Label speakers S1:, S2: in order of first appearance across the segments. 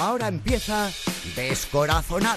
S1: Ahora empieza Descorazonada,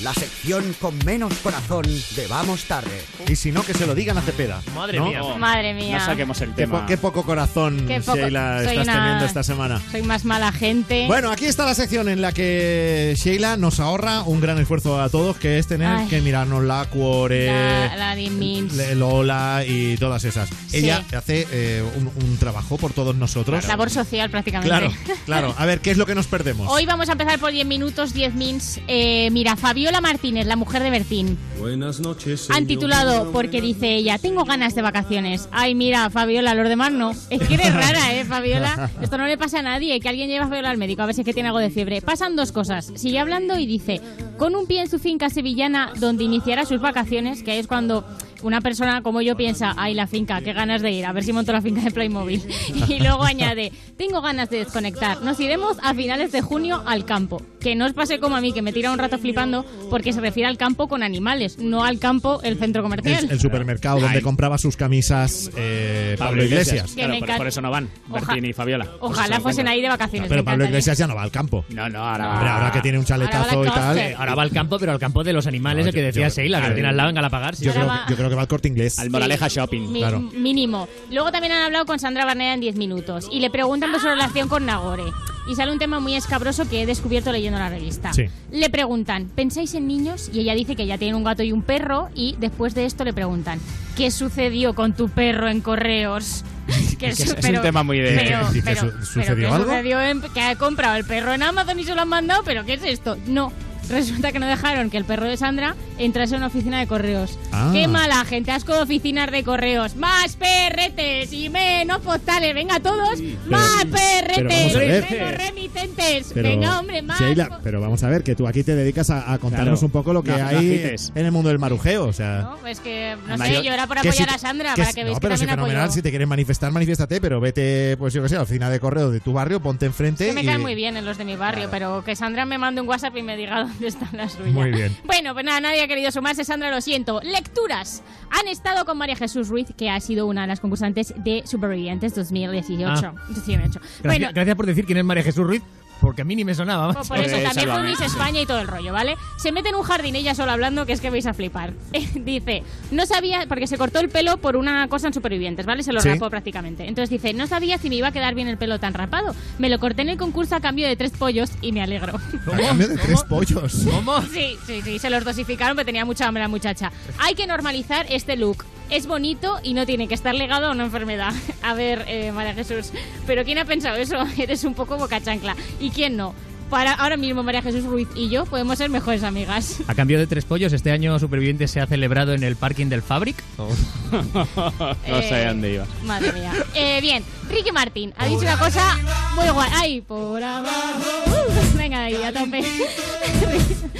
S1: la sección con menos corazón de Vamos Tarde.
S2: Y si no, que se lo digan a Cepeda.
S3: Madre
S2: ¿no?
S3: mía.
S4: Madre mía.
S3: No saquemos el
S2: Qué,
S3: tema.
S2: po- qué poco corazón,
S4: Qué poco-
S2: Sheila,
S4: soy
S2: estás
S4: una- Eh.
S2: teniendo esta semana.
S4: Soy más mala gente.
S2: Bueno, aquí está la sección en la que Sheila nos ahorra un gran esfuerzo a todos, que es tener
S4: Ay.
S2: que mirarnos la cuore,
S4: la,
S2: eh,
S4: la de Mins.
S2: le- Lola y todas esas.
S4: Sí.
S2: Ella hace eh, un, un trabajo por todos nosotros.
S4: Labor social prácticamente.
S2: Claro, claro. A ver, ¿qué es lo que nos perdemos?
S4: Hoy vamos a empezar por 10 minutos, 10 mins. Eh, mira, Fabiola Martínez, la mujer de Bertín,
S5: Buenas noches.
S4: han titulado porque dice ella, tengo ganas de vacaciones. Ay, mira, Fabiola, los demás no. Es que eres rara, ¿eh, Fabiola? Esto no le pasa a nadie, que alguien lleva a Fabiola al médico a ver si es que tiene algo de fiebre. Pasan dos cosas. Sigue hablando y dice, con un pie en su finca sevillana donde iniciará sus vacaciones, que ahí es cuando... Una persona como yo piensa, ay, la finca, qué ganas de ir, a ver si monto la finca de Playmobil. Y luego añade, tengo ganas de desconectar, nos iremos a finales de junio al campo. Que no os pase como a mí, que me tira un rato flipando, porque se refiere al campo con animales, no al campo el centro comercial.
S2: el, el supermercado donde
S3: Ay.
S2: compraba sus camisas eh, Pablo Iglesias.
S4: Que
S3: Claro,
S4: me
S3: por,
S4: encanta.
S3: por eso no van.
S4: Oja-
S3: Bertín y Fabiola. Por eso se
S4: Ojalá
S3: lo
S4: fuesen
S3: compran.
S4: ahí de vacaciones.
S2: Pero
S4: me
S2: Pablo
S4: encantaría.
S2: Iglesias ya no va al campo.
S3: No, no, ahora.
S2: Hombre, ahora que tiene un
S4: ¿eh? Ahora
S2: chaletazo
S4: va
S2: y
S4: al
S2: tal.
S4: cóctel.
S6: Ahora va al campo, pero al campo de los animales,
S2: No,
S6: el que
S2: yo-
S6: decía
S2: yo-
S6: Sheila, que
S2: yo-
S6: lo tiene al lado en Galapagar. sí.
S2: Yo creo,
S4: Ahora va-
S2: yo creo que va al corte inglés.
S3: Al Moraleja Shopping.
S4: Mi-
S2: Claro.
S4: Mínimo. Luego también han hablado con Sandra Barnea en 10 minutos y le preguntan por su relación con Nagore. Y sale un tema muy escabroso que he descubierto leyendo la revista.
S2: Sí.
S4: Le preguntan, ¿pensáis en niños? Y ella dice que ya tiene un gato y un perro y después de esto le preguntan, ¿qué sucedió con tu perro en correos? Que
S3: Es que
S4: su-
S3: es un tema muy de-
S4: Pero,
S2: ¿Y qué
S4: pero-
S2: su-
S4: pero
S2: sucedió
S4: que
S2: algo?
S4: sucedió en- que ha comprado el perro en Amazon y se lo han mandado, pero ¿qué es esto? No. Resulta que no dejaron que el perro de Sandra entrase a una oficina de correos.
S2: Ah.
S4: ¡Qué mala gente! Asco de oficinas de correos. ¡Más perretes y menos postales! ¡Venga todos! ¡Más
S2: pero vamos
S4: perretes!
S2: a ver.
S4: ¡Menos remitentes!
S2: Pero,
S4: ¡Venga, hombre, más!
S2: Sheila,
S4: po-
S2: pero vamos a ver, que tú aquí te dedicas a, a contarnos
S3: Claro.
S2: un poco lo que
S3: No, no
S2: hay
S3: agites.
S2: en el mundo del marujeo. O sea,
S4: No, pues que, no
S3: Además,
S4: sé,
S3: yo-
S4: yo era por
S2: que
S4: apoyar
S2: si-
S4: a Sandra,
S2: que
S4: para
S2: si-
S4: que veis
S2: no,
S4: que
S2: pero sí,
S4: también
S2: fenomenal.
S4: apoyó.
S2: Si te quieres manifestar, manifiéstate, pero vete, pues yo qué sé, al final de correo de tu barrio, ponte enfrente.
S4: Es que me
S2: y-
S4: caen muy bien en los de mi barrio, pero que Sandra me mande un WhatsApp y me diga dónde están las suyas.
S2: Muy bien.
S4: Bueno, pues nada, nadie ha querido sumarse, Sandra, lo siento. Lecturas. Han estado con María Jesús Ruiz, que ha sido una de las concursantes de
S2: Ah.
S4: Supervivientes 2018. 2018.
S6: Gracias,
S4: Bueno,
S6: gracias por decir quién es María Jesús Ruiz, porque a mí ni me sonaba.
S4: pues
S6: macho.
S4: por eso
S3: Eh,
S4: también fue
S3: sálvame.
S4: Miss España y todo el rollo, ¿vale? Se mete en un jardín ella sola hablando, que es que vais a flipar. dice, no sabía, porque se cortó el pelo por una cosa en Supervivientes, ¿vale? Se lo
S2: Sí.
S4: rapó prácticamente. Entonces dice, no sabía si me iba a quedar bien el pelo tan rapado. Me lo corté en el concurso a cambio de tres pollos y me alegro.
S2: A cambio de tres pollos.
S6: ¿Cómo?
S4: Sí, sí, sí, se los dosificaron, pero tenía mucha hambre la muchacha. Hay que normalizar este look. Es bonito y no tiene que estar ligado a una enfermedad. A ver, eh, María Jesús, ¿pero quién ha pensado eso? Eres un poco boca chancla. ¿Y quién no? Para ahora mismo María Jesús Ruiz y yo podemos ser mejores amigas.
S6: A cambio de tres pollos, este año Supervivientes se ha celebrado en el parking del Fabric.
S3: Eh, no sé
S4: Eh,
S3: dónde iba.
S4: Madre mía. Eh, bien, Ricky Martín ha dicho una cosa muy guay. ¡Ay, por abajo! Uh, venga ahí, a tope.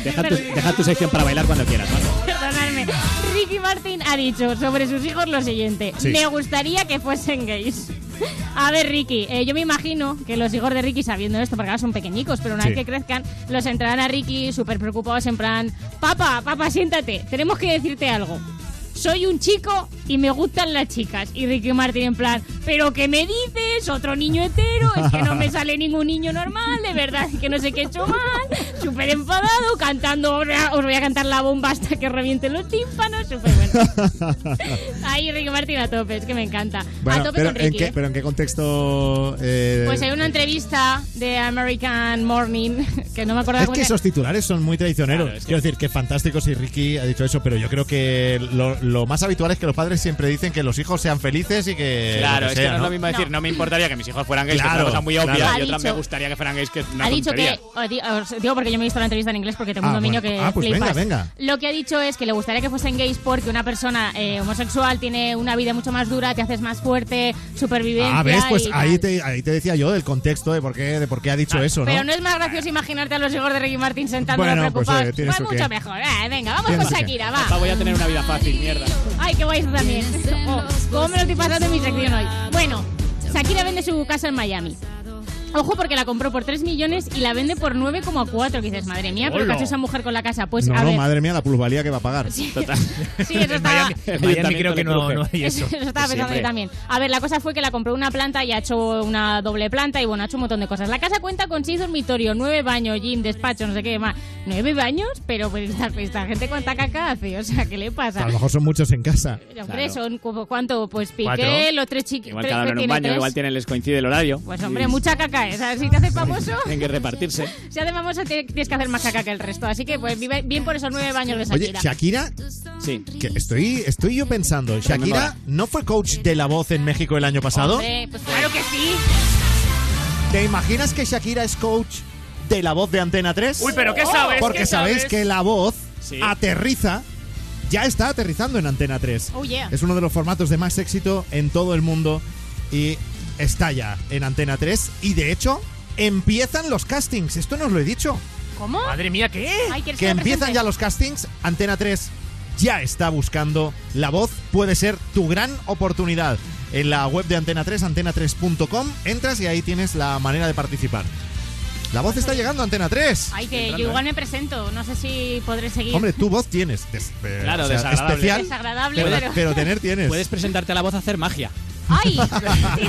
S3: Deja tu, deja tu sección para bailar cuando quieras, ¿vale?
S4: Perdonadme. Ricky Martin ha dicho sobre sus hijos lo siguiente.
S2: Sí.
S4: Me gustaría que fuesen gays. A ver, Ricky, eh, yo me imagino que los hijos de Ricky, sabiendo esto, porque ahora son pequeñicos, pero una
S2: Sí.
S4: vez que crezcan, los entrarán a Ricky súper preocupados en plan, papá, papá, siéntate, tenemos que decirte algo. Soy un chico y me gustan las chicas. Y Ricky Martin en plan, pero ¿qué me dices? Otro niño hetero, es que no me sale ningún niño normal, de verdad, es que no sé qué he hecho mal. Súper enfadado, cantando, "Ahora os voy a cantar la bomba hasta que revienten los tímpanos. Súper bueno. Ahí Ricky Martin a tope, es que me encanta. a
S2: Bueno,
S4: tope
S2: pero,
S4: con
S2: ¿en
S4: Ricky.
S2: qué,
S4: ¿eh?
S2: pero ¿en qué contexto? eh,
S4: Pues hay una entrevista de American Morning que no me acuerdo
S2: Es
S4: cómo
S2: que
S4: se-
S2: esos titulares son muy traicioneros.
S3: Claro, es que-
S2: Quiero decir que fantástico si Ricky ha dicho eso, pero yo creo que lo, lo más habitual es que los padres siempre dicen que los hijos sean felices y que.
S3: Claro,
S2: lo
S3: es
S2: que
S3: que
S2: sea,
S3: no es lo
S2: ¿no?
S3: mismo decir, no. me importaría que mis hijos fueran gays, que
S2: Claro,
S3: es una cosa muy obvia,
S2: claro.
S3: y
S4: Ha
S3: otra
S4: dicho-
S3: me gustaría que fueran gays, que es una
S4: ha dicho
S3: tontería.
S4: que. o di- os digo porque yo me he visto la entrevista en inglés porque tengo
S2: Ah,
S4: un dominio
S2: bueno.
S4: que.
S2: Ah, pues venga,
S4: flipas.
S2: venga.
S4: Lo que ha dicho es que le gustaría que fuesen gays porque una persona eh, homosexual tiene una vida mucho más dura, te haces más fuerte, supervivencia.
S2: Ah, ves, pues
S4: y tal. Ah,
S2: ahí te, ahí te decía yo del contexto de por qué, de por qué ha dicho eso, ¿no?
S4: Pero no es más gracioso imaginarte a los hijos de Ricky Martin sentándolos
S2: Bueno, pues,
S4: preocupados.
S2: eh, tiene
S4: Pues
S2: su
S4: mucho
S2: qué.
S4: mejor. Eh, venga, vamos
S2: Tiene
S4: con
S2: su qué.
S4: Shakira,
S3: Papá,
S4: va.
S3: voy a tener una vida fácil, mierda.
S4: Ay, qué guay eso también. Oh, ¿Cómo me lo estoy pasando en mi sección hoy? Bueno, Shakira vende su casa en Miami. Ojo, porque la compró por 3 millones y la vende por 9,4. Que dices, madre mía, pero ¿qué ha hecho esa mujer con la casa? Pues
S2: no,
S4: a
S2: no,
S4: ver.
S2: madre mía, la plusvalía que va a pagar.
S4: Sí,
S3: Total.
S4: sí, eso
S6: En
S4: está.
S6: Miami, en Miami creo que no,
S3: Ayuntamiento de
S6: no hay
S4: Eso,
S6: eso.
S4: estaba pensando
S3: Siempre.
S4: yo también. A ver, la cosa fue que la compró una planta y ha hecho una doble planta y bueno, ha hecho un montón de cosas. La casa cuenta con seis dormitorios, nueve baños, gym, despacho, no sé qué más. ¿Nueve baños? Pero pues esta, esta gente cuánta caca hace, o sea, ¿qué le
S2: A
S4: pasa?
S2: lo mejor son muchos en casa.
S4: Hombre,
S3: Claro.
S4: son como- cuánto, pues Piqué,
S6: Cuatro.
S4: los tres chiquitos.
S3: Igual cada uno en un baño, igual tienen, les coincide el horario.
S4: Pues hombre,
S3: Y
S4: mucha caca, ¿eh? O sea, Si te hace famoso,
S3: Tienen que repartirse.
S4: si hace famoso tie- tienes que hacer más caca que el resto. Así que pues vive- bien por esos nueve baños de
S2: Oye,
S4: Shakira.
S2: Shakira,
S3: Sí.
S2: que estoy, estoy yo pensando,
S3: Rememora.
S2: Shakira no fue coach de la voz en México el año pasado.
S4: Hombre, pues claro que sí.
S2: ¿Te imaginas que Shakira es coach de la voz de Antena 3?
S5: Uy, pero ¿qué sabes?
S2: Porque
S5: ¿Qué
S2: sabéis
S5: sabes?
S2: que la voz
S3: Sí.
S2: aterriza, ya está aterrizando en Antena 3.
S4: Oh, yeah.
S2: Es uno de los formatos de más éxito en todo el mundo y está ya en Antena 3 y de hecho empiezan los castings, esto no os lo he dicho,
S4: ¿Cómo?
S5: Madre mía, ¿qué?
S4: Ay, ¿quieres
S2: que
S4: me
S2: empiezan
S4: presente?
S2: ya los castings, Antena 3 ya está buscando la voz, puede ser tu gran oportunidad. En la web de Antena 3, antena3.com, entras y ahí tienes la manera de participar. La voz está llegando a Antena 3.
S4: Ay, que yo igual me presento, no sé si podré seguir.
S2: Hombre, tu voz tienes. des- eh,
S3: Claro, desagradable.
S2: Especial,
S4: Desagradable,
S2: pero,
S4: pero-
S2: pero tener tienes.
S3: Puedes presentarte a la voz a hacer magia.
S4: ¡Ay!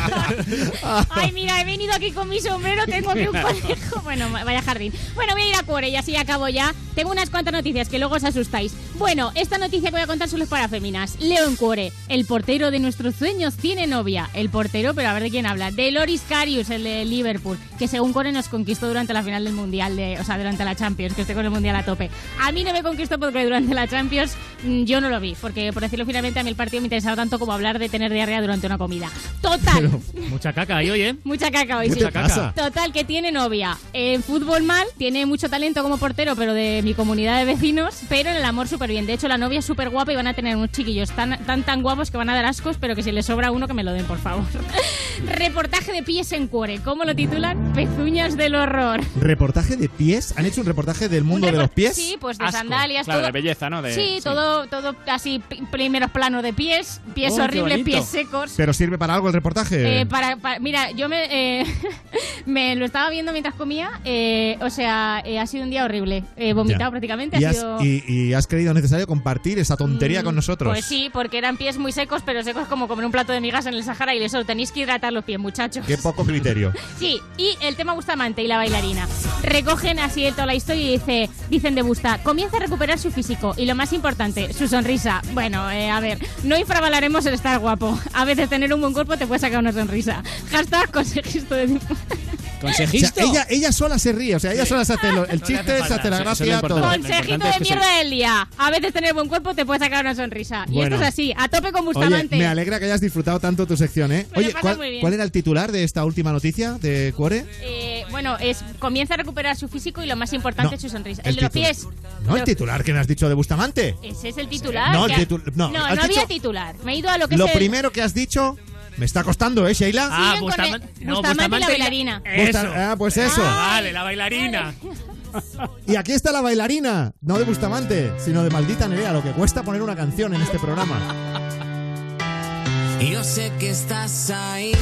S4: ¡Ay, mira, he venido aquí con mi sombrero, tengo aquí un conejo! Bueno, vaya jardín. Bueno, voy a ir a Cuore y así acabo ya. Tengo unas cuantas noticias que luego os asustáis. Bueno, esta noticia que voy a contar solo es para feminas. Leo en Cuore, el portero de nuestros sueños tiene novia. El portero, pero a ver de quién habla. De Loris Karius, el de Liverpool, que según Cuore nos conquistó durante la final del Mundial, de, o sea, durante la Champions, que estoy con el Mundial a tope. A mí no me conquistó porque durante la Champions mm, yo no lo vi, porque por decirlo finalmente a mí el partido me interesaba tanto como hablar de tener diarrea durante una comida. Total.
S6: Mucha caca ahí,
S2: ¿eh?
S6: oye.
S4: Mucha caca hoy,
S2: ¿Qué
S4: sí.
S2: te pasa?
S4: Total, que tiene novia. En fútbol mal, tiene mucho talento como portero, pero de mi comunidad de vecinos, pero en el amor súper bien. De hecho, la novia es súper guapa y van a tener unos chiquillos tan, tan tan guapos que van a dar ascos, pero que si les sobra uno que me lo den, por favor. Reportaje de pies en cuore. ¿Cómo lo titulan? Pezuñas del horror.
S2: Reportaje de pies. Han hecho un reportaje del mundo
S4: Un
S2: de
S4: repor-
S2: los pies.
S4: Sí, pues de
S3: Asco.
S4: sandalias,
S3: Claro,
S4: todo.
S3: de belleza, ¿no? De-
S4: sí,
S3: sí.
S4: todo todo así pri- primeros planos de pies, pies
S3: Oh, qué
S4: horribles,
S3: bonito.
S4: pies secos.
S2: Pero sirve para algo el reportaje.
S4: Eh, para, para- mira, yo me, eh, me lo estaba viendo mientras comía. eh, o sea, eh, ha sido un día horrible. He vomitado
S2: Ya.
S4: prácticamente.
S2: y,
S4: ha
S2: has,
S4: sido...
S2: y- y has creído necesario compartir esa tontería
S4: Mm,
S2: con nosotros.
S4: Pues sí, porque eran pies muy secos, pero secos como comer un plato de migas en el Sahara y eso. Tenéis que hidratar los pies, muchachos.
S2: Qué poco criterio.
S4: Sí, y el tema Bustamante y la bailarina. Recogen así de toda la historia y dice, dicen de Busta, comienza a recuperar su físico y lo más importante, su sonrisa. Bueno, eh, a ver, no infravaloremos el estar guapo. A veces tener un buen cuerpo te puede sacar una sonrisa. Hashtag consejisto de...
S2: O sea,
S3: ¿Consejisto?
S2: ella, ella sola se ríe, o sea, ella sola se hace lo- el
S6: No le
S2: chiste,
S6: hace
S2: se
S6: falta,
S2: Ah, hace la
S3: sí, eso es lo
S2: gracia, todo.
S3: importante.
S4: Consejito
S3: importante es
S4: de
S3: que se-
S4: mierda del día. A veces tener buen cuerpo te puede sacar una sonrisa. Y
S2: Bueno.
S4: esto es así, a tope con
S2: Oye,
S4: Bustamante.
S2: me alegra que hayas disfrutado tanto tu sección, ¿eh?
S4: Me Pues lo
S2: Oye,
S4: paso
S2: ¿cuál,
S4: muy bien.
S2: cuál era el titular de esta última noticia de Cuore?
S4: Eh, bueno, es comienza a recuperar su físico y lo más importante
S2: No,
S4: es su sonrisa.
S2: el
S4: El, de los
S2: titular.
S4: pies. Eh,
S2: No,
S4: De
S2: el
S4: los-
S2: titular que me has dicho de Bustamante.
S4: Ese es el titular.
S2: No, el
S4: que ha-
S2: titul- no, has
S4: había
S2: dicho-
S4: titular. Me he ido a lo que
S2: Lo
S4: es el-
S2: primero que has dicho me está costando, ¿eh, Sheila?
S6: Ah,
S4: Siguen con
S6: Bustamante- no,
S4: el- Bustamante y la
S6: Bustamante
S4: bailarina.
S6: Eso.
S2: Busta- ah, pues eso.
S4: Ah.
S6: Vale, la bailarina.
S2: Y aquí está la bailarina, no de Bustamante, sino de maldita Nerea, lo que cuesta poner una canción en este programa.
S7: Yo sé que estás ahí,